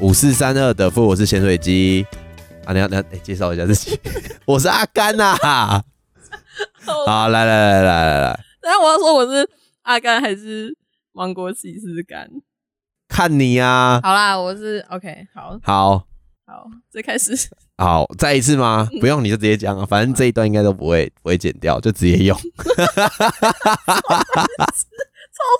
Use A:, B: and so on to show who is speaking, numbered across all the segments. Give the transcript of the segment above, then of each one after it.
A: 五四三二德富，我是咸水鸡。啊，你要你要、哎介绍一下自己， 我是阿甘呐、啊。好，来来来来来来，
B: 但我要说我是阿甘还是芒果喜事干？
A: 看你啊。
B: 好啦，我是 OK，好
A: 好
B: 好，最开始
A: 好，再一次吗？
B: 嗯
A: 不用，你就直接讲啊，反正这一段应该都不会不会剪掉，就直接用。
B: 超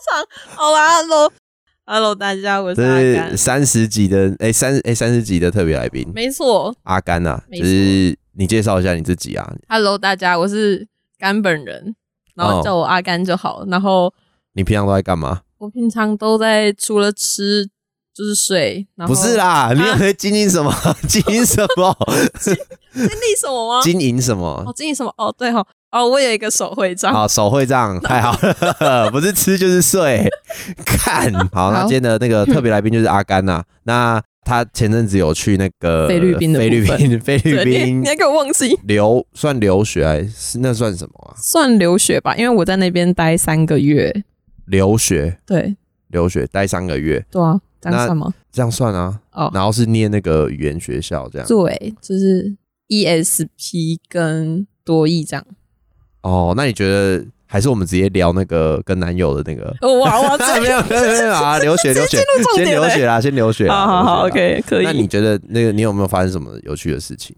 B: 长。好啦，Hello，Hello，大家，我是
A: 这
B: 阿
A: 是
B: 甘，
A: 三十集的，哎三哎三十集的特别来宾
B: 没错
A: 阿甘呐、啊，
B: 没
A: 就
B: 错
A: 是你介绍一下你自己啊，
B: ，Hello，大家，我是甘本人，然后
A: 哦
B: 叫我阿甘就好。然后
A: 你平常都在干嘛？
B: 我平常都在除了吃就是睡，然后
A: 不是，啦，你有在经营 什么？经营什么？
B: 经历什么吗？
A: 经营什么
B: 哦，？经历什么？哦，对哦，哦，我有一个手绘账，
A: 好，手绘 账太好了， 不是吃就是睡， 看好。那
B: 好
A: 今天的那个特别来宾就是阿甘呐、那他前阵子有去那个
B: 菲律宾的
A: 菲律
B: 部分
A: 宾菲律
B: 对你
A: 宾
B: 你还给我忘记，
A: 留算留学还是那算什么啊？
B: 算留学吧，因为我在那边待三个月。
A: 留学
B: 对，
A: 留学待三个月，
B: 对啊，这
A: 那
B: 样算吗？
A: 这样算啊。
B: 哦
A: 然后是念那个语言学校这样。
B: 对，就是 ESP 跟多益这样。
A: 哦，那你觉得还是我们直接聊那个跟男友的那 个？
B: 哦，哇哇，
A: 啊，
B: 这
A: 没有没有没有啊，留学留学
B: 入，重
A: 先
B: 点
A: 留学啦，先留学啦。
B: 好好好
A: 留学啦
B: ，OK，可
A: 那你
B: 以。
A: 觉得那个你有没有发生什么有趣的事情？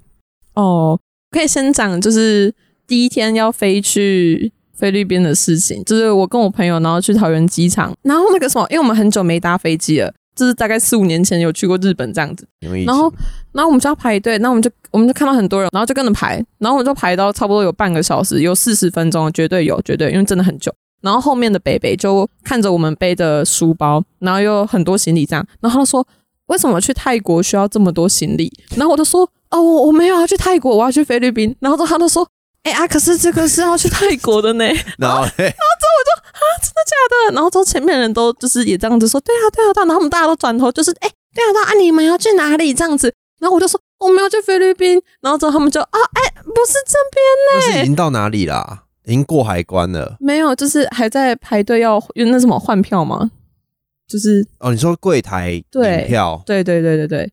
B: 哦，可以先讲，就是第一天要飞去。菲律宾的事情，就是我跟我朋友，然后去桃园机场，然后那个什么，因为我们很久没搭飞机了，就是大概四五年前有去过日本这样子，
A: 因为疫情
B: 然后然后我们就要排队，那我们就我们就看到很多人，然后就跟着排，然后我们就排到差不多有半个小时，有四十分钟，绝对有，绝对，因为真的很久。然后后面的北北就看着我们背的书包，然后又很多行李这样，然后他说：“为什么去泰国需要这么多行李？”然后我就说：“哦，我我没有要去泰国，我要去菲律宾。”然后他就说：“哎、啊，可是这个是要去泰国的呢。”
A: 然后嘞
B: 然后之后前面的人都就是也这样子说，对啊，对啊，对啊，然后我们大家都转头就是，哎、对啊，对啊啊，你们要去哪里这样子？然后我就说我们要去菲律宾，然后之后他们就啊，哎、不是这边，
A: 那是已经到哪里啦？已经过海关了。
B: 没有，就是还在排队要那什么换票吗？就是
A: 哦，你说柜台领
B: 对
A: 票
B: 对对对对对，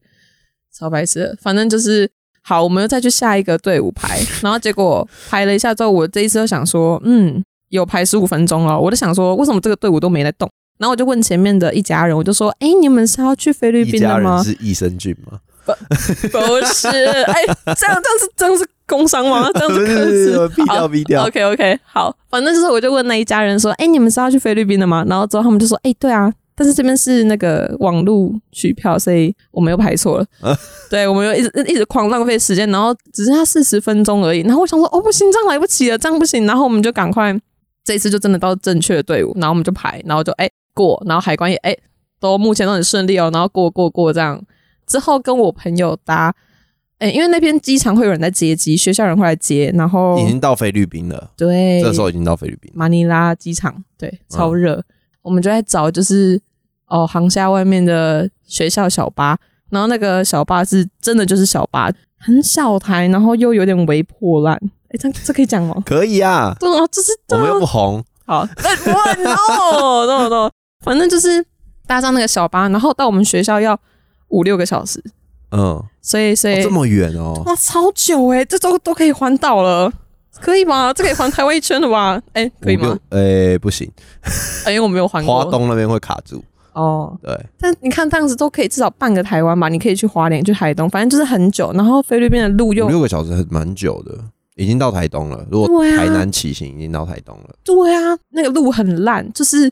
B: 超白痴的，反正就是好，我们又再去下一个队伍排，然后结果排了一下之后，我这一次又想说，嗯，有排十五分钟了，我就想说，为什么这个队伍都没在动？然后我就问前面的一家人，我就说：“哎、你们是要去菲律
A: 一
B: 宾
A: 家
B: 的吗
A: 人？”是益生菌吗？
B: 不是，哎、这样这样是这样是工伤吗？这样
A: 不
B: 是
A: 是
B: 科
A: 我
B: 室？
A: 逼掉
B: 好
A: 逼掉
B: OK OK，好，反正就是我就问那一家人说，哎、你们是要去菲律宾的吗？然后之后他们就说，哎、对啊，但是这边是那个网络取票，所以我们又排错了。对，我们又一直一直狂浪费时间，然后只剩下四十分钟而已。然后我想说，哦不行，这样来不及了，这样不行。然后我们就赶快，这一次就真的到正确的队伍，然后我们就排，然后就哎、过，然后海关也哎、都目前都很顺利哦，然后过过过这样。之后跟我朋友搭，哎、因为那边机场会有人在接机，学校人会来接，然后
A: 已经到菲律宾了，
B: 对，
A: 这时候嗯已经到菲律宾了。？
B: 马尼拉机场，对，超热。我们就在找，就是哦，航厦外面的学校小巴，然后那个小巴是真的就是小巴，很小台，然后又有点微破烂。哎，这这可以讲吗
A: 可以啊，
B: 对啊，就是
A: 我
B: 对啊
A: 们又不红，
B: 好，但我 no no no，反啊正就是搭上那个小巴，然后到我们学校要五六个小时，
A: 嗯，哦
B: 所以所以、
A: 这么远哦。
B: 哇超久哎、这都都可以环岛了。可以吧？这可以环台湾一圈了吧？哎、可以
A: 五
B: 吗？
A: 六？诶，不行，
B: 哎、因为我没有环过。
A: 花东那边会卡住。
B: 哦，
A: 对，
B: 但你看这样子都可以至少半个台湾吧，你可以去花莲、去海东，反正就是很久。然后菲律宾的路又
A: 五六个小时很蛮久的，已经到台东了。如果
B: 对啊
A: 台南骑行，已经到台东了。
B: 对啊，那个路很烂，就是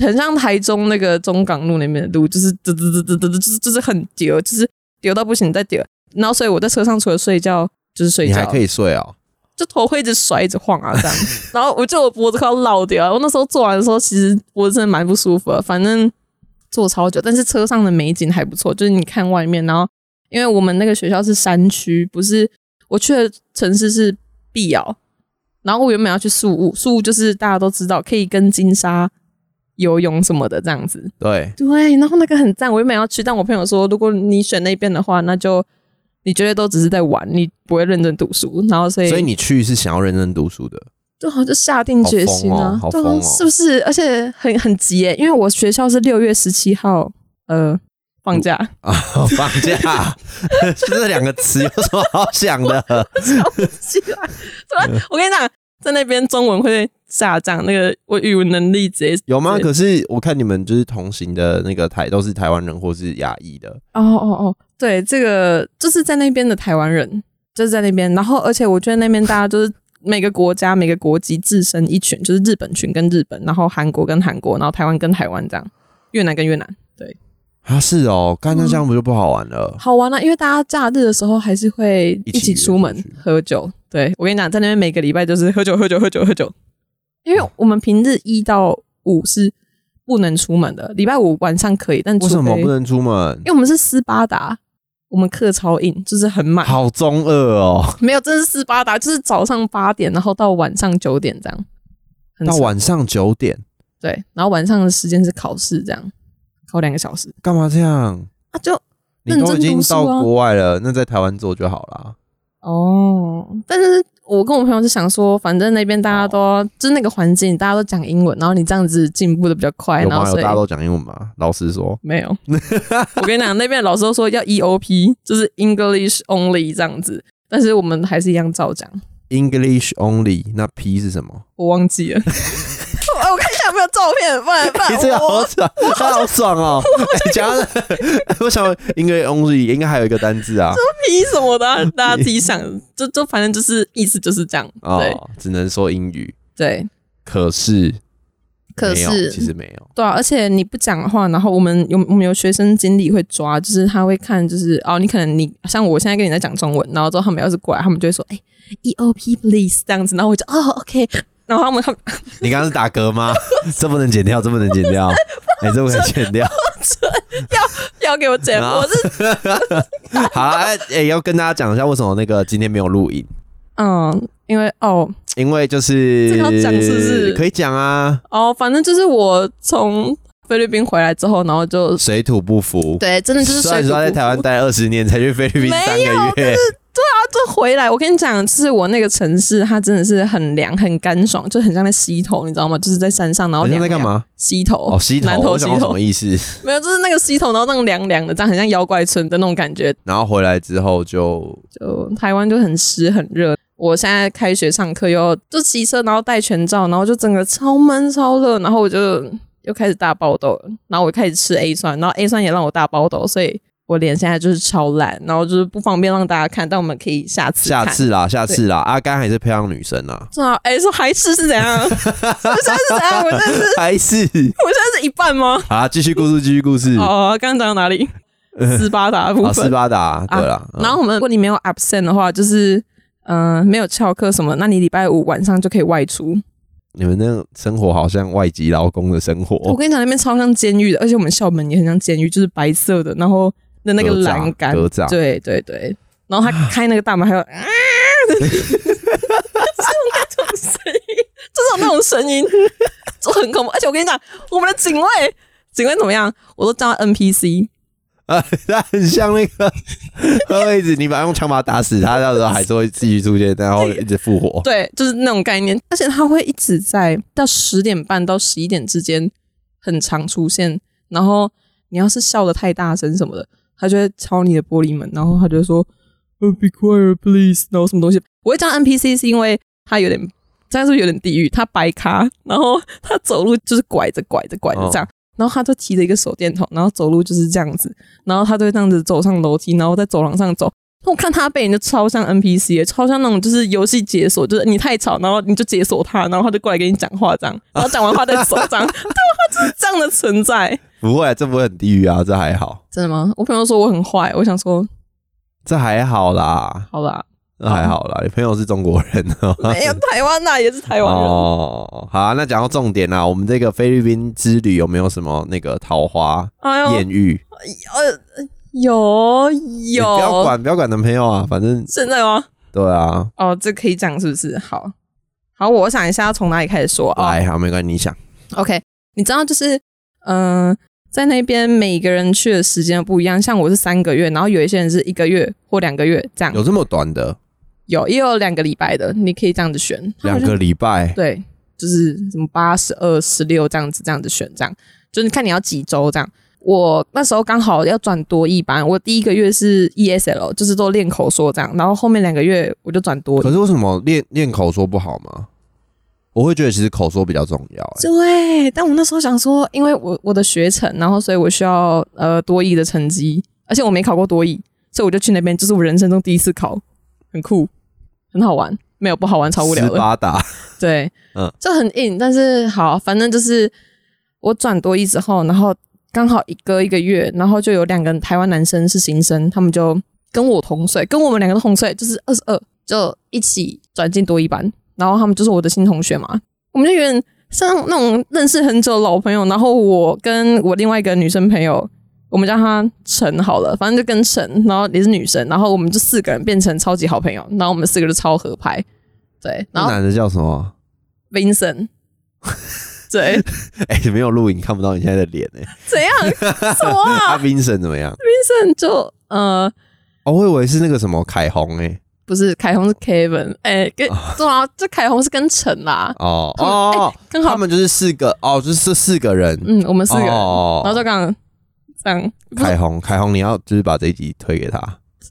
B: 很像台中那个中港路那边的路，就是嘚嘚嘚嘚嘚嘚，就是就是很丢，就是丢到不行再丢。然后所以我在车上除了睡觉就是睡
A: 你还
B: 觉
A: 可，以睡哦。
B: 就头会一直甩一直晃啊这样。然后我就我脖子快要落掉了，我那时候做完的时候其实脖子真的蛮不舒服的，反正坐超久，但是车上的美景还不错，就是你看外面，然后因为我们那个学校是山区，不是我去的城市是碧瑶，然后我原本要去宿雾，宿雾就是大家都知道可以跟金沙游泳什么的这样子。
A: 对，
B: 对，然后那个很赞，我原本要去，但我朋友说，如果你选那边的话，那就你绝对都只是在玩，你不会认真读书，然后所以
A: 所以你去是想要认真读 书的。
B: 对啊，就下定决心啊，
A: 好
B: 对
A: 疯哦好疯
B: 啊
A: 哦
B: 是不是？而且很很急耶，因为我学校是六月十七号，呃，放假，
A: 啊，
B: 哦
A: 放 假，这两个词有什么好想 的？
B: 起来，对吧我跟你讲，在那边中文会下降，那个我语文能力直接
A: 有吗？
B: 对
A: 可是我看你们就是同行的那个台都是台湾人或是亚裔的，
B: 哦哦哦，对，这个就是在那边的台湾人，就是在那边，然后而且我觉得那边大家就是每个国家每个国籍自身一群，就是日本群跟日本，然后韩国跟韩国，然后台湾跟台湾这样，越南跟越南，对，
A: 啊，是哦，干那这样不就不好玩了？
B: 好玩啊，因为大家假日的时候还是会
A: 一
B: 一
A: 起
B: 起出
A: 约
B: 门
A: 出去
B: 喝酒，对我跟你讲，在那边每个礼拜就是喝酒喝酒喝酒喝酒，因为我们平日一到五是不能出门的，礼拜五晚上可以，但
A: 为
B: 除
A: 什么
B: 非
A: 不能出门
B: 因？为我们是斯巴达，我们课超硬，就是很满。
A: 好中二哦，
B: 没有，真是斯巴达，就是早上八点，然后到晚上九点这样。很
A: 到
B: 长
A: 晚上九点
B: 对，然后晚上的时间是考试这样，考两个小时
A: 干嘛这样？
B: 啊，就
A: 你都已经
B: 认真读书啊
A: 到国外了，那在台湾做就好啦。
B: 哦。但是我跟我朋友是想说，反正那边大家都、
A: 哦
B: 就是那个环境，大家都讲英文，然后你这样子进步的比较快，
A: 有
B: 哎然
A: 吗？
B: 后
A: 有
B: 所以
A: 大家都讲英文吗？老实说，
B: 没有。我跟你讲，那边老师都说要 EOP，就是 English only 这样子，但是我们还是一样照讲。
A: English only，那 P 是什么？
B: 我忘记了。哦我我看一下有没有照片，不然 不
A: 你这个
B: 然我
A: 好爽，他好爽哦！哎讲到这 我想应该 only 应该还有一个单字啊，
B: P 什么的啊，大家自己想，就就反正就是意思就是这样。对
A: 哦，只能说英语。
B: 对，
A: 可是，
B: 可
A: 没有其
B: 是
A: 实没有。
B: 对啊，而且你不讲话，然后我们有我们有学生经理会抓，就是他会看，就是哦，你可能你像我现在跟你在讲中文，然后之后他们要是过来，他们就会说，哎、e O P please 这样子，然后我就哦 OK，然后他们他们
A: 你刚刚是打嗝 吗？这不能剪掉，这不能剪掉，哎，这不能剪掉。
B: 要给我剪，
A: 啊
B: 我是
A: 好啦，哎哎，要跟大家讲一下为什么那个今天没有录影，
B: 嗯，因为哦
A: 因为就是
B: 这个要讲是不是
A: 可以讲啊，
B: 哦，反正就是我从菲律宾回来之后，然后就
A: 水土不服。
B: 对，真的就是
A: 虽然
B: 水土
A: 说在
B: 不服
A: 台湾待二十年，才去菲律宾三个月，
B: 这回来，我跟你讲，就是我那个城市，它真的是很凉、很干爽，就很像在溪头，你知道吗？就是在山上，然后
A: 你
B: 凉
A: 在干
B: 凉？
A: 嘛？
B: 溪头
A: 哦，溪头，
B: 南
A: 我
B: 头溪
A: 想说什
B: 头
A: 么，意思？
B: 没有，就是那个溪头，然后那种凉凉的，这样很像妖怪村的那种感觉。
A: 然后回来之后就
B: 就台湾就很湿很热，我现在开学上课又就骑车，然后戴全罩，然后就整个超闷超热，然后我就又开始大爆痘了，然后我开始吃 A 酸，然后 A 酸也让我大爆痘，所以我脸现在就是超烂，然后就是不方便让大家看，但我们可以下次
A: 下
B: 看
A: 次啦，下次啦，阿甘还是漂亮女生啊，
B: 是啊，哎、说还是是怎样？ 我现在是怎样？我现在是
A: 还是
B: 我现在是一半吗？
A: 好啦，继续故事，继续故 事。好，
B: 哦，刚刚讲到 哪里？斯巴达的部
A: 斯
B: 分。啊
A: 巴达，对啦，嗯
B: 然后我们，如果你没有 absent 的话，就是嗯、呃没有翘课什么，那你礼拜五晚上就可以外出。
A: 你们那种生活好像外籍劳工的生
B: 我
A: 活，
B: 跟你讲，那边超像监狱的，而且我们校门也很像监狱，就是白色的，然后的那个
A: 格栅
B: 栏杆，
A: 格栅
B: 对对对。然后他开那个 大门，还有啊，这种声音，就是有那种声音， 就很恐怖。而且我跟你讲，我们的警卫，警卫怎么样？我都叫他 NPC，
A: 啊，他 很像那个 喝位置，你把他用枪把他打死，他到时候还是会继续出现，然后一直复活。
B: 对，就是那种概念。而且他会一直在到十点半到十一点之间很常出现。然后你要是笑的太大声什么的，他就会敲你的玻璃门，然后他就会说呃 “Be quiet, please”，然后什么东西。我会叫他 NPC 是因为他有点，这样是不是有点地狱？他白咖，然后他走路就是拐着拐着拐着这样。然后他就提着一个手电筒，然后走路就是这样子，然后他就会这样子走上楼梯，然后在走廊上走，我看他背影就超像 NPC，的超像那种就是游戏解锁，就是你太吵，然后你就解锁他，然后他就过来跟你讲话这样，然后讲完话再走这样，对， 啊他就是这样的存在。
A: 不会，这不会很地狱啊，这还好，
B: 真的吗？我朋友说我很坏，我想说
A: 这还好啦，
B: 好啦，
A: 这还好啦。你朋友是中国人 哦。
B: 没有台湾呐、也是台湾人。
A: 哦，好啊、那讲到重点啦，我们这个菲律宾之旅有没有什么那个桃花
B: 哎呦，
A: 艳遇？
B: 呃，有
A: 你不要
B: 有，
A: 管不要管男朋友啊，反正
B: 现在吗？
A: 对啊，
B: 哦，这可以讲是不是？好好，我想一下要从哪里开始说啊？
A: 来，哎好，没关系，你想
B: OK，你知道就是，嗯、在那边每个人去的时间不一样，像我是三个月，然后有一些人是一个月或两个月这样，
A: 有这么短的
B: 有也有两个礼拜的，你可以这样子选，他
A: 两
B: 好像
A: 个礼拜，
B: 对，就是什么八十二、十六这样子这样子选，这样就是你看你要几周这样。我那时候刚好要转多一班，我第一个月是 ESL，就是做练口说这样，然后后面两个月我就转多
A: 可是为什么练练口说不好吗？我会觉得其实口说比较重要、欸。
B: 对，但我那时候想说，因为我我的学程，然后所以我需要呃多艺的成绩，而且我没考过多艺，所以我就去那边，就是我人生中第一次考，很酷，很好玩，没有不好玩，超无聊
A: 斯
B: 的，
A: 巴达，
B: 对，
A: 嗯
B: 嗯，就很硬，但是好，反正就是我转多艺之后，然后刚好一隔一个月，然后就有两个台湾男生是新生，他们就跟我同岁，跟我们两个都同岁，就是二十二，就一起转进多一班，然后他们就是我的新同学嘛，我们就有点像那种认识很久的老朋友，然后我跟我另外一个女生朋友。我们叫她陈好了，反正就跟陈，然后也是女生，然后我们就四个人变成超级好朋友，然后我们四个就超合拍，对，然
A: 那
B: 后
A: 男的叫什么？
B: Vincent，对，
A: 哎、没有录影看不到你现在的 脸哎、欸。
B: 怎样？什么
A: 阿
B: 啊
A: Vincent 怎么样？
B: ？Vincent 就呃，
A: 哦，我以为是那个什么凯红哎、欸。
B: 不是凯宏是 Kevin，哎、跟对啊，这凯宏是跟陈啦，
A: 哦
B: 他们
A: 哦，
B: 刚
A: 他
B: 好，
A: 们就是四个哦，就是这四个人。
B: 嗯，我们四个人，
A: 哦
B: 然后就刚刚这样，
A: 凯红，凯红，你要就是把这一集推给他。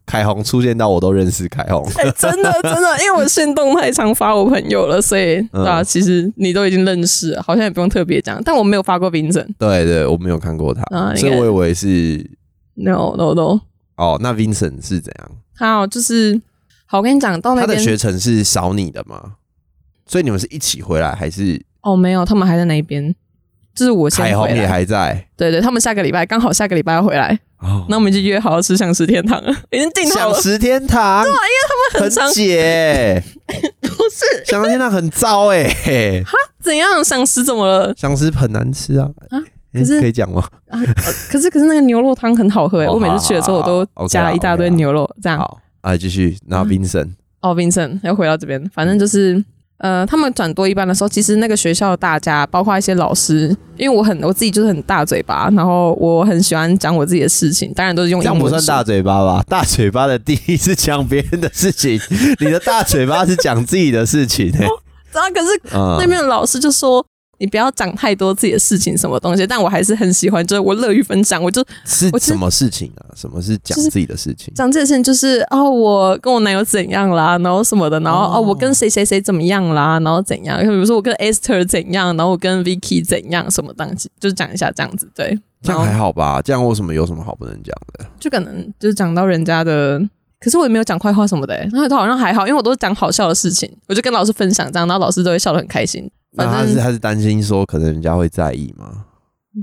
A: 凯红出现到我都认识凯红，
B: 哎、真 的真的，因为我现动太常发我朋友了，所以、
A: 嗯
B: 对啊，其实你都已经认识了，好像也不用特别讲，但我没有发过 Vincent，No
A: 对对，我没有看过他，
B: 啊
A: 所以
B: 应该
A: 我以为是
B: No No，
A: 哦。那 Vincent 是怎样？
B: 还有哦就是，好，我跟你讲到那
A: 他的
B: 边
A: 学程是少你的吗？所以你们是一起回来，还是
B: 哦，没有，他们还在那一边，就是我先
A: 凯
B: 回
A: 红也
B: 来。
A: 还在？
B: 对对，他们下个礼拜刚好下个礼拜要回来，
A: 哦，
B: 那我们就约好要吃想食 天堂了，已经定好啊
A: 想
B: 了。
A: 食天堂，对，因为他
B: 们很
A: 很
B: 常
A: 解，
B: 不是
A: 想食天堂很糟哎、欸，
B: 怎样想食怎么了？
A: 想食很难吃啊。
B: 啊
A: 欸
B: 可是
A: 可以讲吗？
B: 啊、呃可是可是那个牛肉汤很好喝诶、
A: 哦
B: 我每次去的时候我
A: 好好好
B: 都加
A: OK 啊
B: 一大堆
A: OK 啊
B: 牛肉这样。
A: 好，啊，继续。那 Vincent，
B: 哦，Vincent 要回到这边，反正就是呃，他们转多一班的时候，其实那个学校的大家，包括一些老师，因为我很我自己就是很大嘴巴，然后我很喜欢讲我自己的事情，当然都是用
A: 这
B: 英
A: 样
B: 文
A: 不算
B: 说
A: 大嘴巴吧？大嘴巴的定义是讲别人的事情，你的大嘴巴是讲自己的事情、欸。
B: 啊，可是
A: 嗯
B: 那边的老师就说。你不要讲太多自己的事情，什么东西，但我还是很喜欢，就是我乐于分享，我就是我其实
A: 什么事情啊？什么是讲
B: 就是
A: 自己的事情？
B: 讲这些事情就是哦，我跟我男友怎样啦，然后什么的，然后
A: 哦
B: 哦我跟谁谁谁怎么样啦，然后怎样，比如说我跟 Esther 怎样，然后我跟 Vicky 怎样，什么东西，就是讲一下这样子，对，
A: 这
B: 然
A: 样
B: 后
A: 还好吧？这样为什么有什么好不能讲的？
B: 就可能就是讲到人家的，可是我也没有讲坏话什么的、欸，然后都好像还好，因为我都是讲好笑的事情，我就跟老师分享这样，然后老师都会笑得很开心。
A: 那
B: 反
A: 他是
B: 正
A: 他是担心说可能人家会在意吗？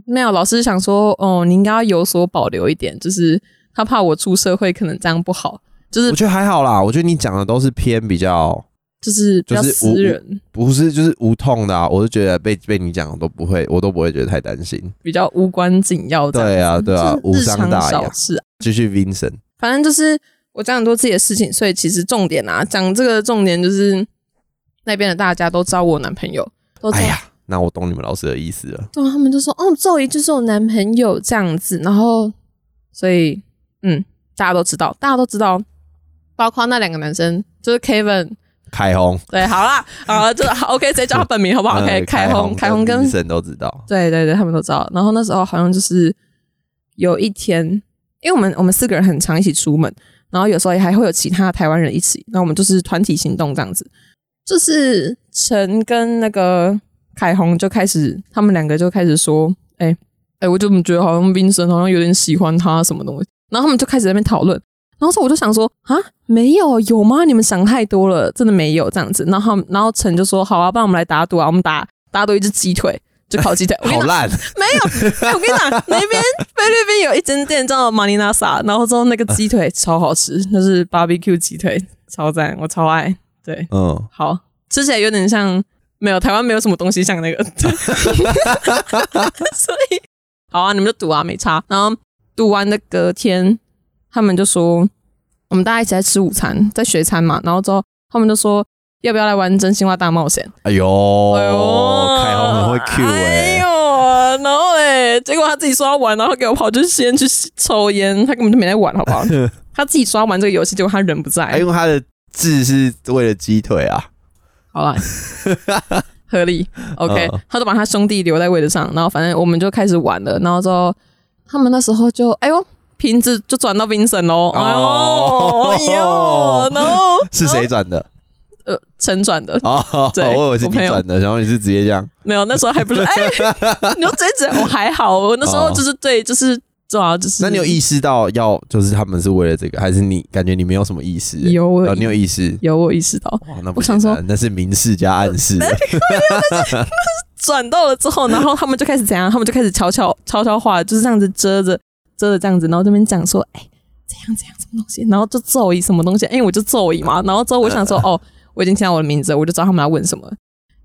B: 没有老师想说，哦，你应该要有所保留一点，就是他怕我出社会可能这样不好，就是
A: 我觉得还好啦，我觉得你讲的都是偏比较
B: 就是比较
A: 就是我
B: 私人，
A: 不是就是无痛的啊。我就觉得被被你讲的都不会，我都不会觉得太担心。
B: 比较无关紧要这样子。
A: 对啊对啊
B: 就是
A: 无
B: 日
A: 伤
B: 常
A: 大雅
B: 小事啊。
A: 继续 Vincent，
B: 反正就是我讲很多自己的事情，所以其实重点啊，讲这个重点就是那边的大家都知道我有男朋友，都知
A: 哎
B: 道，
A: 呀，那我懂你们老师的意思了。
B: 对啊，他们就说哦，周怡就是我男朋友这样子，然后所以嗯，大家都知道，大家都知道，包括那两个男生，就是 Kevin。
A: 凯红，
B: 对，好啦，好啦，就好 OK，直接叫他本名好不好
A: 呃
B: ？OK，
A: 凯
B: 凯
A: 红
B: 红，凯红跟
A: Vincent 都知道。
B: 对对对，他们都知道。然后那时候好像就是有一天，因为我们我们四个人很常一起出门，然后有时候也还会有其他台湾人一起，那我们就是团体行动这样子。就是陈跟那个凯红就开始，他们两个就开始说：“哎、哎、我怎么觉得好像冰神好像有点喜欢他什么东西？”然后他们就开始在那边讨论。然后所以我就想说啊，没有有吗？你们想太多了，真的没有这样子。然后他们然后陈就说：“好啊，不然我们来打赌啊，我们打打赌一只鸡腿，就烤鸡腿。”我跟你
A: 好
B: 讲
A: 烂，
B: 没有，哎我跟你讲，那边菲律宾有一间店叫马尼拉萨，然后之后那个鸡腿超好吃，就是 barbecue 鸡腿，超赞，我超爱。对，
A: 嗯，
B: 好，吃起来有点像，没有台湾没有什么东西像那个， 所以好啊，你们就赌啊，没差。然后赌完的隔天，他们就说我们大家一起来吃午餐，在学餐嘛，然后之后他们就说要不要来玩真心话大冒险。
A: 哎呦，
B: 哎呦，
A: 凯红很会 Q 哎、
B: 哎呦，然后嘞，结果他自己说要玩，然后给我跑去先去抽烟，他根本就没在玩，好 不好？他自己说要玩这个游戏，结果他人不在。
A: 还因哎为他的字是为了鸡腿啊。
B: 哦好 啦，合理。OK，、
A: 嗯
B: 他就把他兄弟留在位置上，然后反正我们就开始玩了，然后之后。他们那时候就哎呦。瓶子就转到 Vincent 喽，哎
A: 哦
B: 呦，哎呦，然后
A: 是谁转的？
B: 呃，陈 转的
A: 哦，
B: 对
A: 我以为是你
B: 我朋友
A: 转的，然后你是直接这样。
B: 没有，那时候还不是哎，你就直接讲我哦还好，我那时候就是对，就是主要就是
A: 哦那你有意识到要就是他们是为了这个，还是你感觉你没有什么意识？
B: 有我有
A: 哦你有意识。
B: 有我有意识到
A: 哇，那不
B: 我想
A: 简单
B: 说哎
A: 那是明示加暗 示，
B: 转到了之后，然后他们就开始怎样，他们就开始悄悄悄悄话，就是这样子遮着遮着这样子，然后这边讲说哎怎样怎样什么东西，然后就咒语什么东西，因为我就咒语嘛，然后之后我
A: 嗯
B: 想说哦，我已经听到我的名字了，我就知道他们要问什么，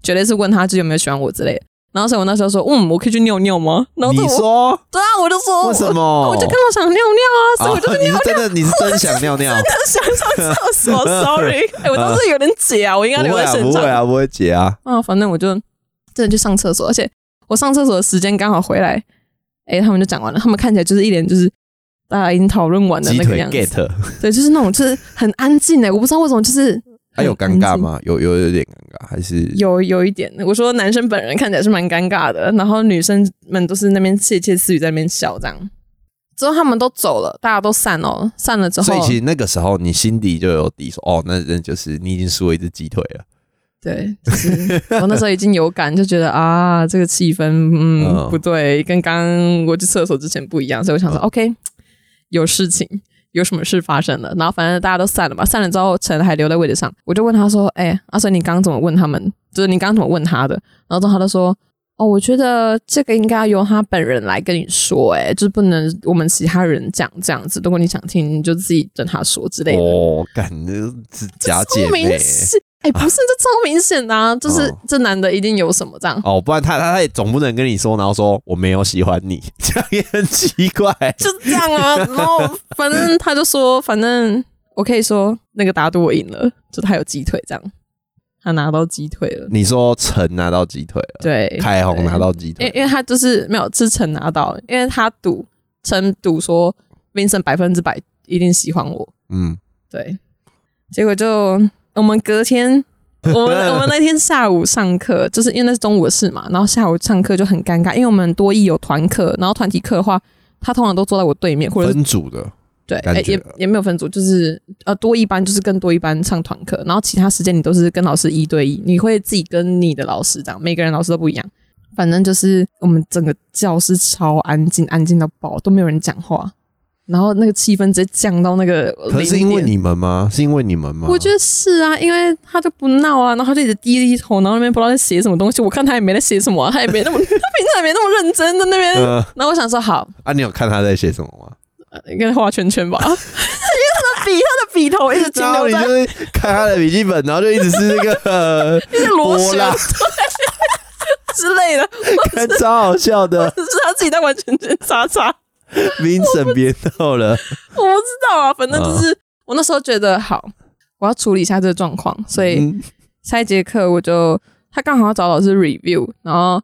B: 绝对是问他就有没有喜欢我之类的。然后所以我那时候说嗯，我可以去尿尿吗？然后
A: 你
B: 这我
A: 说
B: 对啊， 我就说
A: 为什
B: 我
A: 么？
B: 我就刚好想尿尿啊，所以我就
A: 啊
B: 去
A: 你
B: 尿
A: 是真的，你是真想尿 尿？
B: 想上 厕所，sorry，哎、我当时有点解啊，我应该
A: 不
B: 留
A: 会
B: 在
A: 啊，
B: 现
A: 不
B: 场。
A: 会啊，不会解啊。
B: 啊反正我就真的去上厕所，而且我上厕所的时间刚好回来，哎、他们就讲完了，他们看起来就是一脸就是大家已经讨论完的
A: 鸡
B: 那个
A: 腿
B: 样子，
A: get，
B: 对，就是那种就是很安静哎、我不知道为什么就是。
A: 还有尴尬？吗？有有有点尴尬，还是
B: 嗯有有一点，我说男生本人看起来是蛮尴尬的，然后女生们都是那边窃窃私语，在那边笑这样。之后他们都走了，大家都散了，散了之后，
A: 所以其实那个时候你心底就有底说，哦，那那就是你已经输了一只鸡腿了。
B: 对，就是我那时候已经有感，就觉得啊，这个气氛，嗯，
A: 嗯
B: 不对，跟刚刚我去厕所之前不一样，所以我想说、o k 有事情，有什么事发生了。然后反正大家都散了嘛，散了之后，陈还留在位置上，我就问他说，哎、阿水，你刚刚怎么问他们？就是你刚刚怎么问他的？然后之后他就说。哦，我觉得这个应该要由他本人来跟你说、哎，就是不能我们其他人讲这样子。如果你想听，你就自己跟他说之类的。
A: 哦，感觉是假姐
B: 超
A: 妹啊
B: 明。显，哎、不是，这超明显的啊，就是、
A: 哦
B: 这男的一定有什么这样，
A: 哦，不然他他他也总不能跟你说，然后说我没有喜欢你， 这样也很奇怪。
B: 就这样 啊。然后反正他就说，反正我可以说那个打赌我赢了，就他有鸡腿这样，他拿到鸡腿了，
A: 你说陈拿到鸡腿了，
B: 对，
A: 凯红拿到鸡
B: 因
A: 腿
B: 为，因为他就是没有是陈拿到，因为他赌陈赌说 Vincent 百分之百一定喜欢我，
A: 嗯，
B: 对，结果就我们隔天，我们我们那天下午上课，就是因为那是中午的事嘛，然后下午上课就很尴尬，因为我们多艺有团课，然后团体课的话，他通常都坐在我对面，或者是
A: 分组的
B: 对，
A: 感
B: 哎
A: 觉
B: 也也没有分组，就是呃多一班就是跟多一班上团课，然后其他时间你都是跟老师一对一，你会自己跟你的老师这样，每个人老师都不一样。反正就是我们整个教室超安静，安静到爆，都没有人讲话，然后那个气氛直接降到那个零点。
A: 可是因为你们吗？是因为你们吗？
B: 我觉得是啊，因为他就不闹啊，然后他就一直低着一头，然后那边不知道在写什么东西。我看他也没在写什么啊、他也没那么，他平常也没那么认真在那边。
A: 呃
B: 然后我想说，好，
A: 啊，你有看他在写什么吗？
B: 呃应该画圈圈吧，因为他的笔，他的笔头一直停
A: 然后你
B: 留在
A: 就是看他的笔记本，然后就一直是那 个
B: 一些螺
A: 波
B: 旋
A: 浪，
B: 之类的，
A: 看超好笑 的，
B: 是他自己在玩圈圈叉叉，
A: 明神别闹了。
B: 我不知道啊，反正就是、我那时候觉得好，我要处理一下这个状况，所以。
A: 嗯
B: 下一节课我就他刚好要找老师 review，然后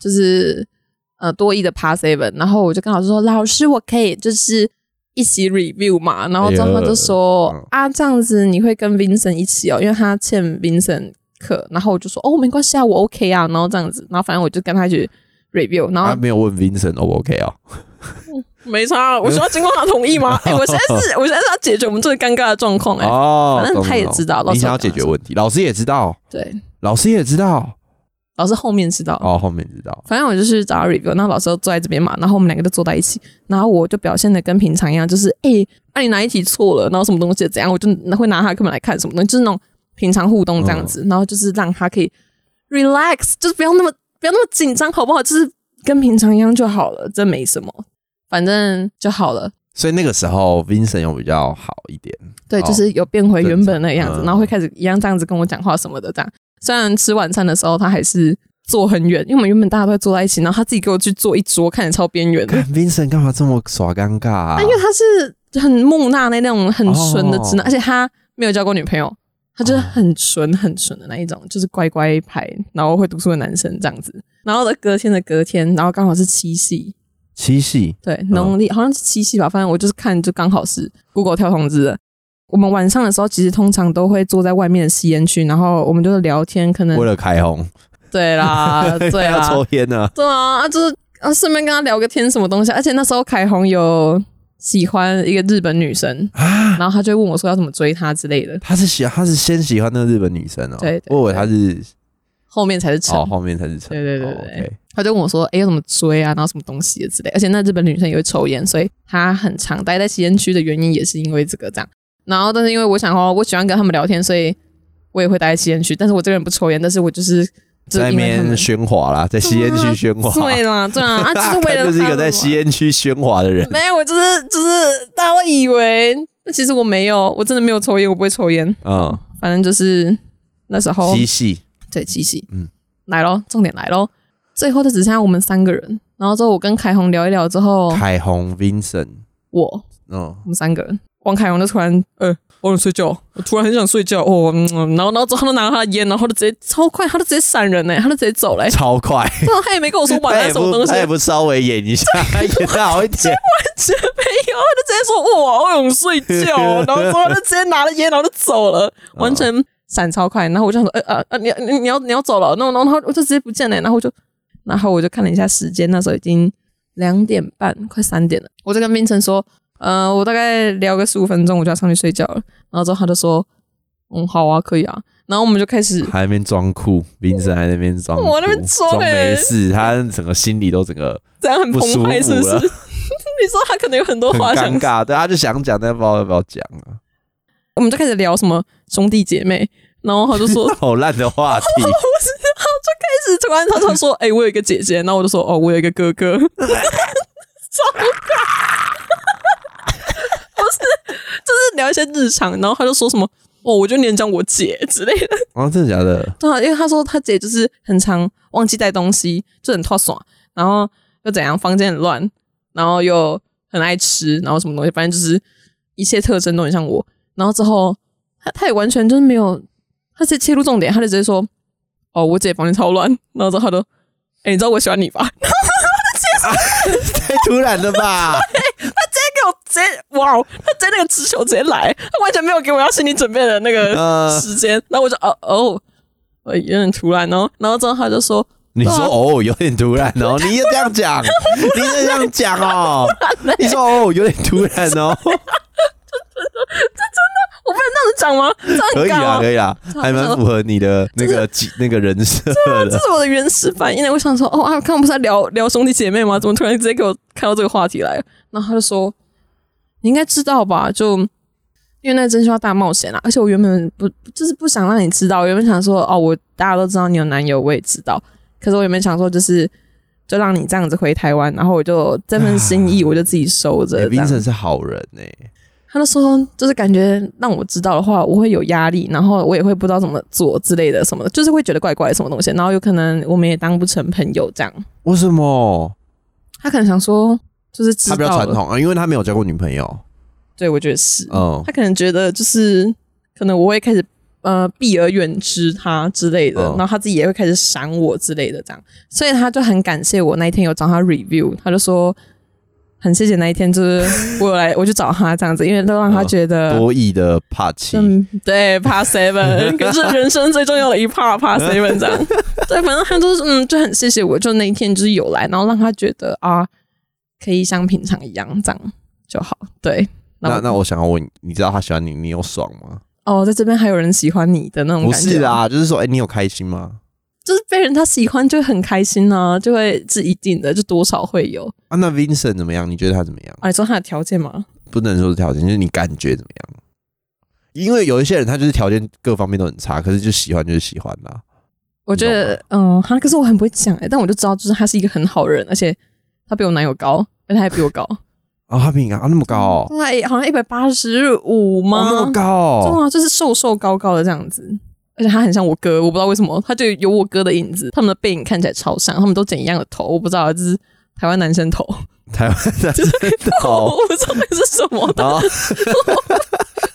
B: 就是呃多一的 pass seven，然后我就跟老师说老师我可以就是一起 review 嘛，然后之后他就说、
A: 哎呀
B: 啊这样子你会跟 Vincent 一起哦，因为他欠 Vincent 课，然后我就说哦没关系啊我 OK 啊，然后这样子，然后反正我就跟他一起 review，然后、
A: 他啊没有问 Vincent O 不 OK 哦？
B: 没差，啊我需要经过他同 意吗？哎、我现在是我现在是要解决我们最尴尬的状况哎、
A: 哦，
B: 反正他也
A: 懂
B: 知道
A: 懂
B: 老
A: 你
B: 师
A: 想要
B: 有跟
A: 解
B: 他
A: 决
B: 说
A: 问题，老师也知道，
B: 对，
A: 老师也知道，
B: 老师后面知道
A: 哦，后面知道，
B: 反正我就是找他 review，那老师就坐在这边嘛，然后我们两个就坐在一起，然后我就表现的跟平常一样，就是哎，那、你哪一题错了，然后什么东西怎样，我就会拿他课本来看什么东西，就是那种平常互动这样子，然后就是让他可以 relax，就是不要那么不要那么紧张，好不好？就是跟平常一样就好了，这没什么，反正就好了。
A: 所以那个时候 Vincent 有比较好一点，
B: 对，
A: 哦
B: 就是有变回原本那个样子，
A: 正常嗯
B: 然后会开始一样这样子跟我讲话什么的这样。虽然吃晚餐的时候他还是坐很远，因为我们原本大家都会坐在一起，然后他自己给我去坐一桌，看起来超边缘的
A: 看。Vincent 干嘛这么耍尴尬啊？
B: 因为他是很木讷那那种很纯的直男，
A: 哦
B: 而且他没有交过女朋友，他就是很纯很纯的那一种，就是乖乖牌，然后会读书的男生这样子。然后的隔天的隔天，然后刚好是七夕，
A: 七夕
B: 对，农历、好像是七夕吧，反正我就是看就刚好是 Google 跳通知的。我们晚上的时候，其实通常都会坐在外面的吸烟区，然后我们就是聊天，可能
A: 为了开红，
B: 嗯 呃对啦，对
A: 要
B: 啦，
A: 抽烟呢，
B: 对啊，啊就是。然后顺便跟他聊个天，什么东西。啊而且那时候凯红有喜欢一个日本女生，
A: 啊，
B: 然后他就问我说要怎么追她之类的，
A: 他是喜他是先喜欢那个日本女生哦，
B: 对对
A: 我以为他是
B: 后面才是成。
A: 哦后面才是成，
B: 对对对
A: 哦
B: 对
A: OK
B: 他就问我说：“哎、要怎么追啊？然后什么东西的之类。”而且那日本女生也会抽烟，所以她很常待在吸烟区的原因也是因为这个这样。然后，但是因为我想哦，我喜欢跟他们聊天，所以我也会待在吸烟区。但是我这个人不抽烟，但是我就是就
A: 在那
B: 是因为他
A: 边
B: 们啊
A: 喧哗啦，在吸烟区喧哗，
B: 对啦，对啦，啊，就是为
A: 他
B: 了
A: 就是一
B: 他
A: 个
B: 们
A: 在吸烟区喧哗的人
B: 嘛。没有，我就是就是大家会以为，那其实我没有，我真的没有抽烟，我不会抽烟。
A: 嗯，
B: 反正就是那时候
A: 嬉戏
B: 对，七夕，
A: 嗯
B: 嗯，来咯，重点来咯。最后就只剩下我们三个人，然后之后我跟凯红聊一聊之后，
A: 彩虹 Vincent，
B: 我
A: 嗯
B: 我，们三个人，王凯红就突然，呃、我想睡觉，我突然很想睡觉，哦，嗯嗯然后然后之后他就拿了他的烟，然后他就直接超快，他就直接闪人呢、他就直接走 嘞、欸，
A: 超快，
B: 不然他也没跟我说晚
A: 他
B: 安
A: 也
B: 什么
A: 不
B: 东西，啊
A: 他也不稍微演一下， 演的好一点，
B: 这没有，他就直接说哇，我想睡觉，然后之后他就直接拿了烟，然后就 走了，完全闪超快。然后我就想说，呃呃呃，你你你要你要走了，那然后我就直接不见了。然后我就，然后我就看了一下时间，那时候已经两点半，快三点了。我就跟冰城说，呃，我大概聊个十五分钟，我就要上去睡觉了。然后之后他就说，嗯，好啊，可以啊。然后我们就开始
A: 还在那边装酷，Vincent 还在那边装酷，
B: 我那边装
A: 装没
B: 欸
A: 事，他整个心里都整个
B: 这样很
A: 不舒
B: 澎
A: 服
B: 湃，是不是？
A: 了
B: 你说他可能有很多
A: 很
B: 话想
A: 尴尬，对，他就想讲，但不知道要不要讲啊，
B: 我们就开始聊什么兄弟姐妹，然后他就说
A: 好烂的话 题，
B: 开始突然他就说：“哎、我有一个姐姐。”然后我就说：“哦，我有一个哥哥。”超尴尬，不 是，就是聊一些日常，然后他就说什么：“哦，我就念讲我姐之类的。
A: 啊，真的假的”？
B: 对啊，因为他说他姐就是很常忘记带东西，就很拖耍，然后又怎样，房间很乱，然后又很爱吃，然后什么东西，反正就是一切特征都很像我。然后之后他他也完全就是没有，他直接切入重点，他就直接说：“哦，我姐房间超乱。”然后之后他就：“哎、你知道我喜欢你 吧？”他
A: 太突然了吧？
B: 直接给我直接哇，哦，他直接那个直球直接来，他完全没有给我要心理准备的那个
A: 呃
B: 时间。然后我就哦哦，我有点突然哦。然后之后他就说：“嗯
A: 你说哦，有点突然哦，你也这样 讲，你也这样讲哦，你说哦，有点突然 哦，
B: 我不能这样子讲吗？这样
A: 可
B: 很
A: 以
B: 尬吗
A: 啊，可以啊，还蛮符合你的那个几那个人设
B: 这
A: 的。
B: 是我的原始反应呢。我想说，哦啊，刚刚不是在聊聊兄弟姐妹吗？怎么突然直接给我看到这个话题来了？然后他就说，你应该知道吧？就因为那个真心话大冒险啊，而且我原本不就是不想让你知道，我原本想说，哦，我大家都知道你有男友，我也知道，可是我原本想说就是。就让你这样子回台湾，然后我就这份心意，我就自己收着。
A: 哎
B: 这样
A: ，Vincent 是好人欸呢，
B: 他就说，就是感觉让我知道的话，我会有压力，然后我也会不知道怎么做之类的什么的，就是会觉得怪怪的什么东西，然后有可能我们也当不成朋友这样。
A: 为什么？
B: 他可能想说，就是知
A: 他比
B: 道
A: 较传
B: 了，
A: 统啊，因为他没有交过女朋友。
B: 对我觉得是，
A: 嗯
B: 他可能觉得就是可能我会开始呃避而远之他之类的，
A: 嗯
B: 然后他自己也会开始闪我之类的这样，所以他就很感谢我那一天有找他 review，他就说。很谢谢那一天，就是我有来，我去找他这样子，因为都让他
A: 嗯
B: 觉得
A: 多疑的帕奇，
B: 嗯，对 ，Part Seven，可是人生最重要的一 part，Part Seven 这样。对，反正他就是嗯，就很谢谢我，就那一天就是有来，然后让他觉得啊，可以像平常一样这样就好。对，然
A: 那
B: 后
A: 那我想要问，你知道他喜欢你，你有爽吗？
B: 哦，在这边还有人喜欢你的那种
A: 不
B: 感觉，
A: 是，啦，就是说，哎、你有开心吗？
B: 就是被人他喜欢就很开心啊，就会是一定的，就多少会有
A: 啊，那 Vincent 怎么样？你觉得他怎么样？
B: 啊。你说他的条件吗？
A: 不能说是条件，就是你感觉怎么样？因为有一些人他就是条件各方面都很差，可是就喜欢就是喜欢啦。
B: 我觉得，嗯，他可是我很不会讲哎、但我就知道，就是他是一个很好人，而且他比我男友高，而且他还比我高，
A: 啊，他比你高啊那么高、哦，
B: 他好像一百八十五
A: 哦
B: 吗？
A: 那么高、哦，
B: 对啊，就是瘦瘦高高的这样子，而且他很像我哥，我不知道为什么，他就有我哥的影子，他们的背影看起来超像，他们都剪一样的头，我不知道，就是台湾男生头，
A: 台湾的真的哦，
B: 我不知道那是什么，但
A: 啊，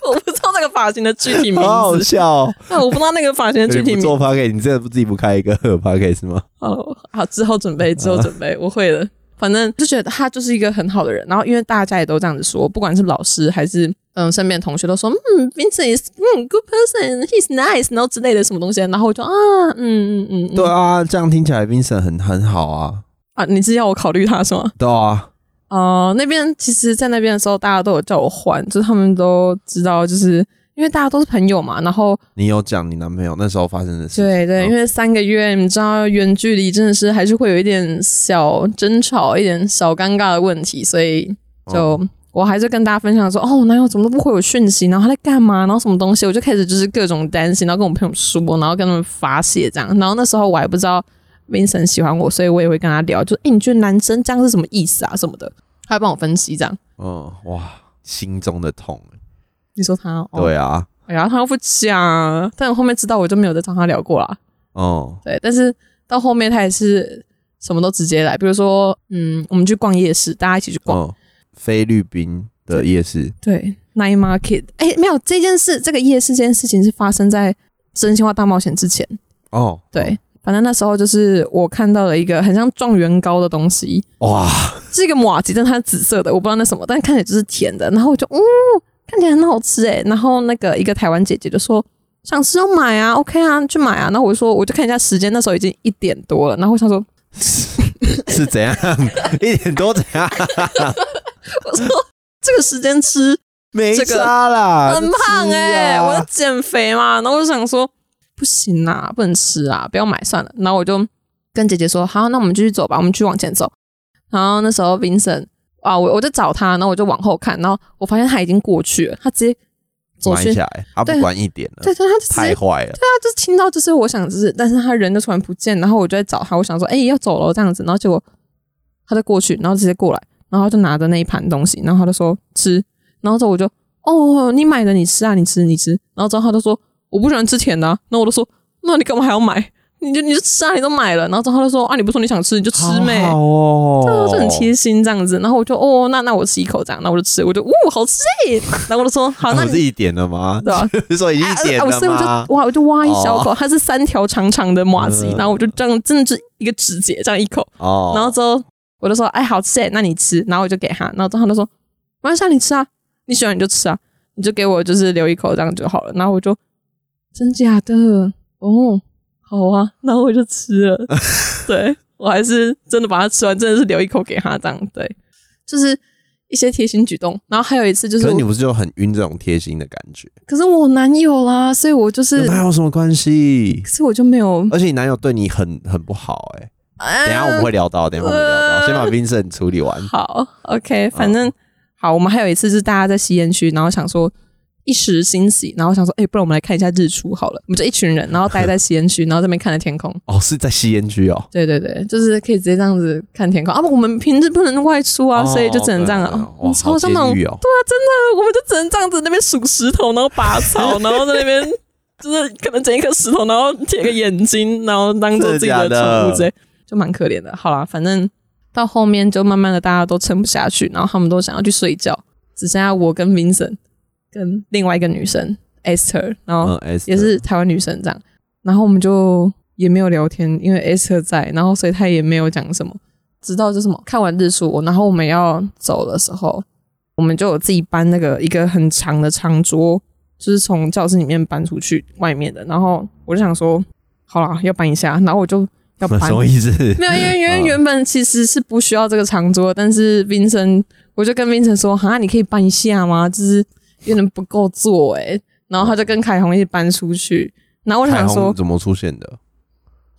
B: 我不知道那个发型的具体名
A: 好好
B: 字，
A: 笑、哦。
B: 但我不知道那个发型的具
A: 你
B: 体
A: 不
B: 名字。
A: 做 p a r k 你真的不自己不开一个 p a r k 是吗？
B: 哦，好，之后准备，之后准备，我会的。反正就觉得他就是一个很好的人，然后因为大家也都这样子说，不管是老师还是嗯身边的同学都说，嗯，Vincent is 嗯 good person，he's nice，然后之类的什么东西，然后我就啊，嗯嗯嗯，嗯
A: 对啊，这样听起来 Vincent 很很好啊。
B: 啊，你是要我考虑他是吗？
A: 对啊，
B: 哦、那边其实，在那边的时候，大家都有叫我换，就是他们都知道，就是因为大家都是朋友嘛，然后
A: 你有讲你男朋友那时候发生的事情，
B: 对
A: 嗯
B: 对，因为三个月，你知道远距离真的是还是会有一点小争吵，一点小尴尬的问题，所以就、我还是跟大家分享说，哦，我男友怎么都不回我讯息，然后他在干嘛，然后什么东西，我就开始就是各种担心，然后跟我朋友说，然后跟他们发泄这样，然后那时候我还不知道 Vincent 喜欢我，所以我也会跟他聊，就哎、诶你觉得男生这样是什么意思啊什么的，他会帮我分析这样。
A: 嗯，哇，心中的痛，
B: 你说他、哦、
A: 对啊，
B: 哎呀，然后他又不讲，但我后面知道我就没有再找他聊过啦。
A: 哦，
B: 对，但是到后面他也是什么都直接来，比如说，嗯，我们去逛夜市，大家一起去逛，
A: 嗯，菲律宾的夜市，
B: 对，night market，哎、没有这件事，这个夜市这件事情是发生在真心话大冒险之前，
A: 哦，
B: 对，反正那时候就是我看到了一个很像状元糕的东西，
A: 哦哇，
B: 是一个马吉，但它是紫色的，我不知道那什么，但看起来就是甜的。然后我就，哦，看起来很好吃诶。然后那个一个台湾姐姐就说想吃就买啊，OK 啊，去买啊。然后我就说，我就看一下时间，那时候已经一点多了。然后我想说，
A: 是怎样？ 一点多怎样？
B: 我说这个时间吃
A: 没
B: 这个
A: 差啦，
B: 很胖
A: 啊就吃
B: 诶，
A: 啊
B: 我要减肥嘛。然后我就想说，不行啦，不能吃啊，不要买算了。然后我就跟姐姐说，好，那我们继续走吧，我们继续往前走。然后那时候 Vincent 啊，我我就找他，然后我就往后看，然后我发现他已经过去了，他直接走
A: 关
B: 去，
A: 起来，他不
B: 对
A: 管一点了，
B: 对对，他就直接
A: 太坏了，
B: 他就是听到就是我想就是，但是他人就突然不见，然后我就在找他，我想说，哎、要走了这样子，然后结果他就过去，然后直接过来，然后他就拿着那一盘东西，然后他就说吃，然后之后我就哦，你买的你吃啊，你吃你吃，然后之后他就说我不喜欢吃甜的、啊，那我就说那你干嘛还要买？你就你就吃啊，你都买了，然后之后他就说啊，你不说你想吃你就吃呗，
A: 好好 哦，
B: 对啊，就很贴心这样子，然后我就哦，那那我吃一口这样，那我就吃，我就哦，好吃欸，然后我就说好，那
A: 那
B: 你
A: 不是一点了 吗？
B: 对啊，
A: 就说已经一点
B: 啊啊啊
A: 了
B: 所以我
A: 吗？哦
B: 就哇，我就挖一小口，它是三条长长的麻吉，
A: 嗯
B: 然后我就这样，真的是一个指节这样一口，
A: 哦，
B: 然后之后啊我就说，哎，好吃耶，那你吃，然后我就给他，然后之后他就说，没关系啊，你吃啊，你喜欢你就吃啊，你就给我就是留一口这样就好了，然后我就真假的哦，好啊，然后我就 吃了，对我还是真的把它吃完，真的是留一口给他这样，对，就是一些贴心举动，然后还有一次就是
A: 可是
B: 我，
A: 你不是就很晕这种贴心的感觉？
B: 可是我男友啦，所以我就是。
A: 那有什么关系
B: 可？是我就没有。
A: 而且你男友对你很很不好哎、
B: 等
A: 等一下我们会聊到，等一下我们会聊到，
B: 呃
A: 先把 Vincent 处理完。
B: 好，OK，反
A: 嗯
B: 正、好，我们还有一次是大家在吸烟区，然后想说一时兴起，然后想说，哎、不然我们来看一下日出好了。我们就一群人，然后待在吸烟区，然后这边看着天空。
A: 哦，是在吸烟区哦，
B: 对对对，就是可以直接这样子看天空啊！我们平日不能外出啊，
A: 哦
B: 所以就只能这样
A: 对啊对
B: 啊
A: 啊。哇，
B: 超
A: 好
B: 像那种
A: 监狱哦，
B: 我们就只能这样子那边数石头，然后拔草，然后在那边就是可能捡一颗石头，然后贴个眼睛，然后当做自己的
A: 真的假的
B: 宠物之类，就蛮可怜的。好啦，反正到后面就慢慢的大家都撑不下去，然后他们都想要去睡觉，只剩下我跟 Vincent 跟另外一个女生 Esther，然后
A: 嗯，S
B: 啊也是台湾女生这样，然后我们就也没有聊天，因为 Esther 在，然后所以她也没有讲什么。直到就是什么看完日出，然后我们要走的时候，我们就有自己搬那个一个很长的长桌，就是从教室里面搬出去外面的。然后我就想说，好啦，要搬一下，然后我就 要搬
A: 什。么意思？
B: 没有，因为因为
A: 嗯
B: 原本其实是不需要这个长桌，但是 Vincent 我就跟 Vincent 说，哈，你可以搬一下吗？就是有点不够坐诶、然后他就跟凯虹一起搬出去，然 后我就
A: 彩
B: 想说啊
A: 虹，怎么出现的？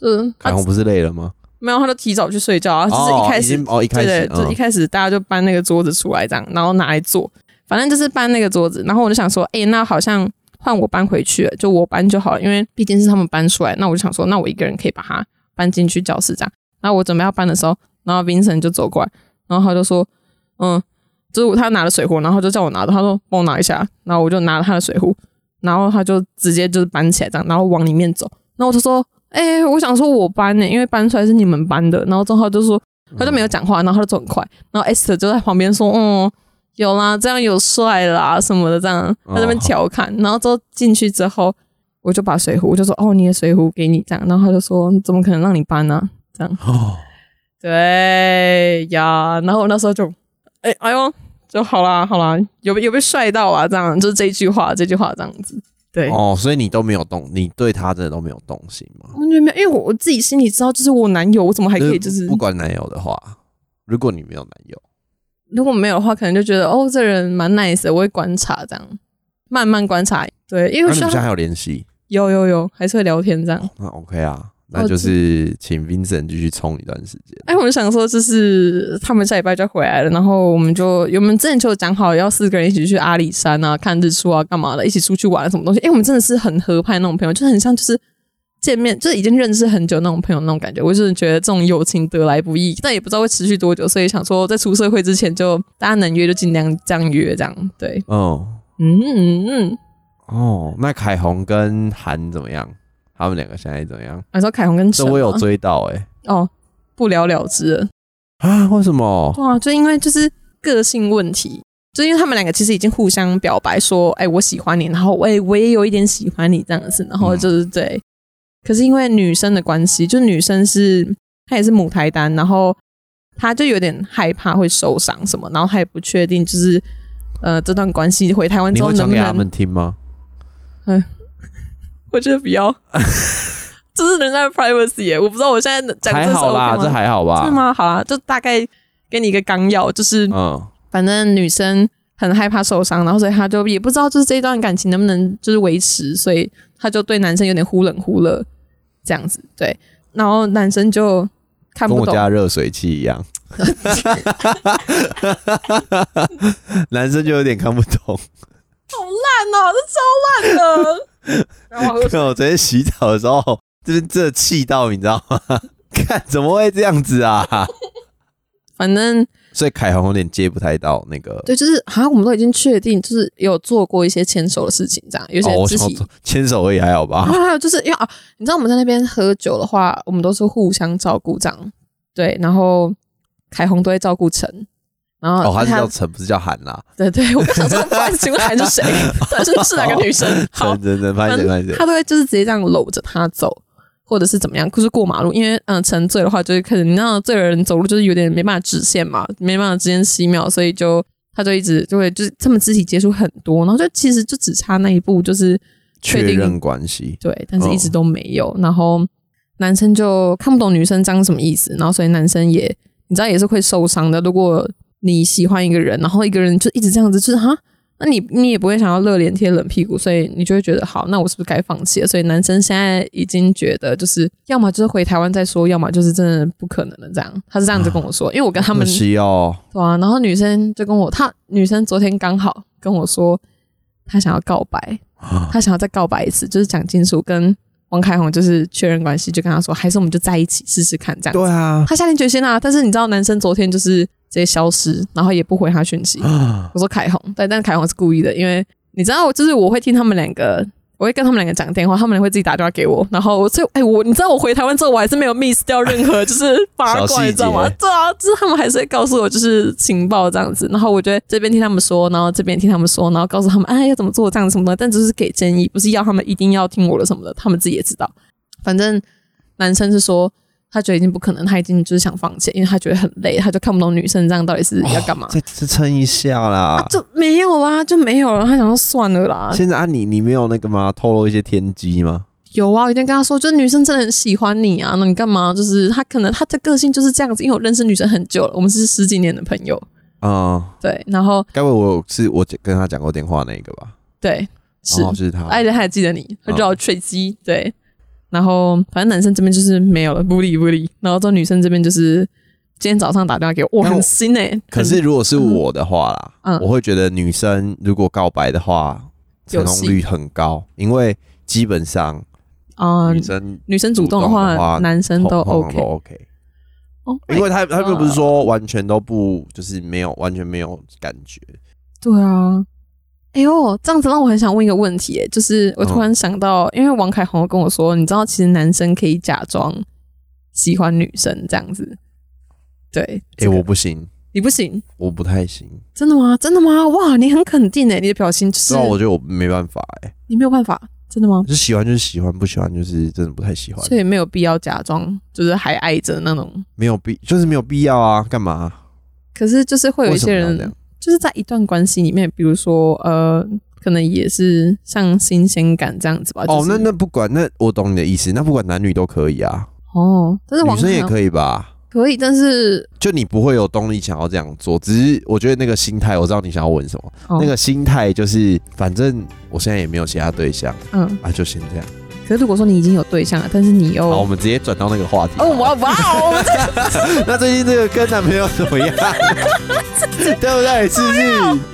B: 嗯，
A: 彩
B: 他
A: 虹不是累了吗？
B: 没有，他就提早去睡觉啊，就是
A: 哦
B: 一开
A: 已
B: 始
A: 经哦，一开
B: 对
A: 始
B: 对，就
A: 嗯
B: 一开始大家就搬那个桌子出来这样，然后拿来坐，反正就是搬那个桌子。然后我就想说，哎、那好像换我搬回去了，就我搬就好了，因为毕竟是他们搬出来。那我就想说，那我一个人可以把它搬进去教室这样。然后我准备要搬的时候，然后 Vincent 就走过来，然后他就说，嗯，就是我他拿了水壶，然后就叫我拿着，他说帮我拿一下，然后我就拿了他的水壶，然后他就直接就是搬起来这样，然后往里面走。然后我就说，哎、我想说我搬呢、因为搬出来是你们搬的。然后之后他就说。他就没有讲话，然后他就走很快，然后 Esther 就在旁边说：“哦、有啦，这样有帅啦什么的，这样。”他在那边调侃，然后之后进去之后，我就把水壶，我就说：“哦，你的水壶给你这样。”然后他就说：“怎么可能让你搬呢、这样
A: 哦，
B: 对呀，然后我那时候就，哎、哎呦，就好啦，好啦，有被有被帅到啊，这样，就是这句话，这句话这样子，对，
A: 哦，所以你都没有动，你对他真的都没有动心吗？
B: 完全没有，因为我我自己心里知道，就是我男友，我怎么还可以就是
A: 不管男友的话，如果你没有男友，
B: 如果没有的话，可能就觉得哦，这人蛮 nice 的，我会观察这样，慢慢观察。对，因
A: 那
B: 为
A: 你们
B: 需要
A: 现在还有联系？
B: 有有有，还是会聊天这样。
A: 那 OK 啊，那就是请 Vincent 继续冲一段时间。
B: 哦哎，我们想说，就是他们下礼拜就要回来了，然后我们就我们之前就有讲好要四个人一起去阿里山啊，看日出啊，干嘛的，一起出去玩什么东西。哎，我们真的是很合拍那种朋友，就很像就是见面，就是已经认识很久那种朋友那种感觉。我就是觉得这种友情得来不易，但也不知道会持续多久，所以想说在出社会之前就，大家能约就尽量这样约，这样对。
A: 嗯，
B: 嗯嗯嗯，
A: 哦，那凯红跟韩怎么样？他们两个现在怎么样？
B: 你说凯红跟
A: 这
B: 陈
A: 我有
B: 吗
A: 追到哎、
B: 哦，不了了之了。
A: 啊？为什么？
B: 哇，就因为就是个性问题，就因为他们两个其实已经互相表白说，哎、我喜欢你，然后哎、我也有一点喜欢你这样子，然
A: 嗯
B: 后就是对。可是因为女生的关系，就女生是她也是母胎单，然后她就有点害怕会受伤什么，然后她也不确定就是呃这段关系回台湾
A: 你
B: 之后
A: 会
B: 能
A: 传
B: 不
A: 给他
B: 能，
A: 们听吗？
B: 我觉得不 要，就是人家的 privacy，耶我不知道我现在讲
A: 还
B: 这是
A: 好啦，
B: OK
A: 这
B: 吗
A: 还好吧？
B: 真的？吗？好啊啦，就大概给你一个纲要，就是
A: 嗯，
B: 反正女生很害怕受伤，然后所以她就也不知道就是这段感情能不能就是维持，所以她就对男生有点忽冷忽热这样子。对，然后男生就看
A: 跟
B: 不
A: 我
B: 懂，
A: 家的热水器一 样。男生就有点看不 懂。
B: 好烂哦、 这超烂的。然后我就
A: 看我昨天洗澡的时候，就是这气到你知道吗？ 看怎么会这样子 啊？
B: 反正
A: 所以凯红有点接不太到那个。
B: 对，就是好像我们都已经确定，就是有做过一些牵手的事情，这样有
A: 哦，
B: 些
A: 我
B: 肢
A: 想
B: 体。
A: 说牵手而已，还好吧
B: 然？后还有 就是因为啊，你知道我们在那边喝酒的话，我们都是互相照顾这样，对，然后凯红都会照顾陈，然后
A: 哦，他是叫陈，不是叫韩啦。
B: 对 对，我不想说，不好意思，请问还是 谁？对，是是哪个女生？好
A: 陈，陈陈，拍
B: 反
A: 谁拍
B: 正
A: 谁？
B: 他都会就是直接这样搂着她走，或者是怎么样，就是过马路，因为嗯、呃沉醉的话，就是开始你知道醉的人走路就是有点没办法直线嘛，没办法直线十秒，所以就他就一直就会就是他们肢体接触很多，然后就其实就只差那一步，就是确
A: 确
B: 定
A: 认关系。
B: 对，但是一直
A: 哦
B: 都没有。然后男生就看不懂女生这样什么意思，然后所以男生也你知道也是会受伤的。如果你喜欢一个人，然后一个人就一直这样子，就是哈，那你你也不会想要热脸贴冷屁股，所以你就会觉得好，那我是不是该放弃了？所以男生现在已经觉得就是要么就是回台湾再说，要么就是真的不可能了。这样，他是这样子跟我说，因为我跟他们
A: 可惜哦，
B: 对啊，然后女生就跟我，她女生昨天刚好跟我说，她想要告白，她想要再告白一次，就是蒋金属跟王凯宏就是确认关系，就跟她说，还是我们就在一起试试看这 样。
A: 对啊，
B: 她下定决心啦、但是你知道，男生昨天就是直接消失，然后也不回她讯息。
A: 嗯
B: 我说凯宏，对，但是凯宏是故意的，因为你知道，就是我会听他们两个。我会跟他们两个讲电话，他们俩会自己打电话给我，然后我所以哎、我你知道我回台湾之后，我还是没有 miss 掉 任何就是八
A: 小
B: 卦，
A: 细
B: 你知道吗
A: 节？
B: 对啊，就是他们还是会告诉我就是情报这样子，然后我就会这边听他们说，然后这边听他们说，然后告诉他们哎要怎么做这样子什么的，但只是给建议，不是要他们一定要听我的什么的，他们自己也知道。反正男生是说他觉得已经不可能，他已经就是想放弃，因为他觉得很累，他就看不懂女生这样到底是要干嘛。
A: 再再撑一下啦
B: 啊，。就没有啊，就没有了。他想说算了啦。
A: 现在啊，你你没有那个吗？透露一些天机吗？
B: 有啊，我一定跟他说，就是女生真的很喜欢你啊，那你干嘛？就是他可能他的个性就是这样子，因为我认识女生很久了，我们是十几年的朋友，
A: 嗯，
B: 对，然后
A: 该不会我有是我跟他讲过电话那个吧？
B: 对是，哎
A: 哦，就是他。
B: 而且他还记得你，他叫我吹鸡，对。然后反正男生这边就是没有了，不理不理。然后之后女生这边就是今天早上打电话给我，我
A: 那我
B: 很新哎、
A: 可是如果是我的话啦，
B: 嗯
A: 我会觉得女生如果告白的话，成
B: 有
A: 功
B: 戏
A: 率很高，因为基本上
B: 啊、
A: 女生
B: 女生主动的
A: 主动的
B: 话
A: 话，
B: 男生都
A: 通通常
B: OK。嗯
A: OK，
B: 哦，
A: 因为他他们不是说完全都不就是没有完全没有感觉，
B: 对啊，哎呦，这样子让我很想问一个问题耶，就是
A: 嗯
B: 我突然想到，因为王凯宏有跟我说，你知道其实男生可以假装喜欢女生这样子，对，
A: 哎，
B: 这个
A: 我不行，
B: 你不行，
A: 我不太行，
B: 真的吗？真的吗？哇，你很肯定哎，你的表情就是
A: 对啊，我觉得我没办法哎，
B: 你没有办法，真的吗？
A: 就喜欢就是喜欢，不喜欢就是真的不太喜欢，
B: 所以没有必要假装，就是还爱着那种。
A: 没有必就是没有必要啊，干嘛？
B: 可是就是会有
A: 为
B: 一
A: 什么
B: 些
A: 要这样
B: 人，？就是在一段关系里面，比如说呃，可能也是像新鲜感这样子吧。
A: 哦，
B: 啊就是
A: 那那不管，那我懂你的意思，那不管男女都可以啊，
B: 哦，但是
A: 女
B: 网
A: 生也
B: 可
A: 可以吧？
B: 可以，但是
A: 就你不会有动力想要这样做，只是我觉得那个心态，我知道你想要问什么，
B: 哦
A: 那个心态就是，反正我现在也没有其他对象
B: 嗯，
A: 啊，就先这样。
B: 可是如果说你已经有对象了，但是你又
A: 好，我们直接转到那个话题。
B: 哦哇哇哦，
A: 那最近这个跟男朋友怎么样？对不对？是不是？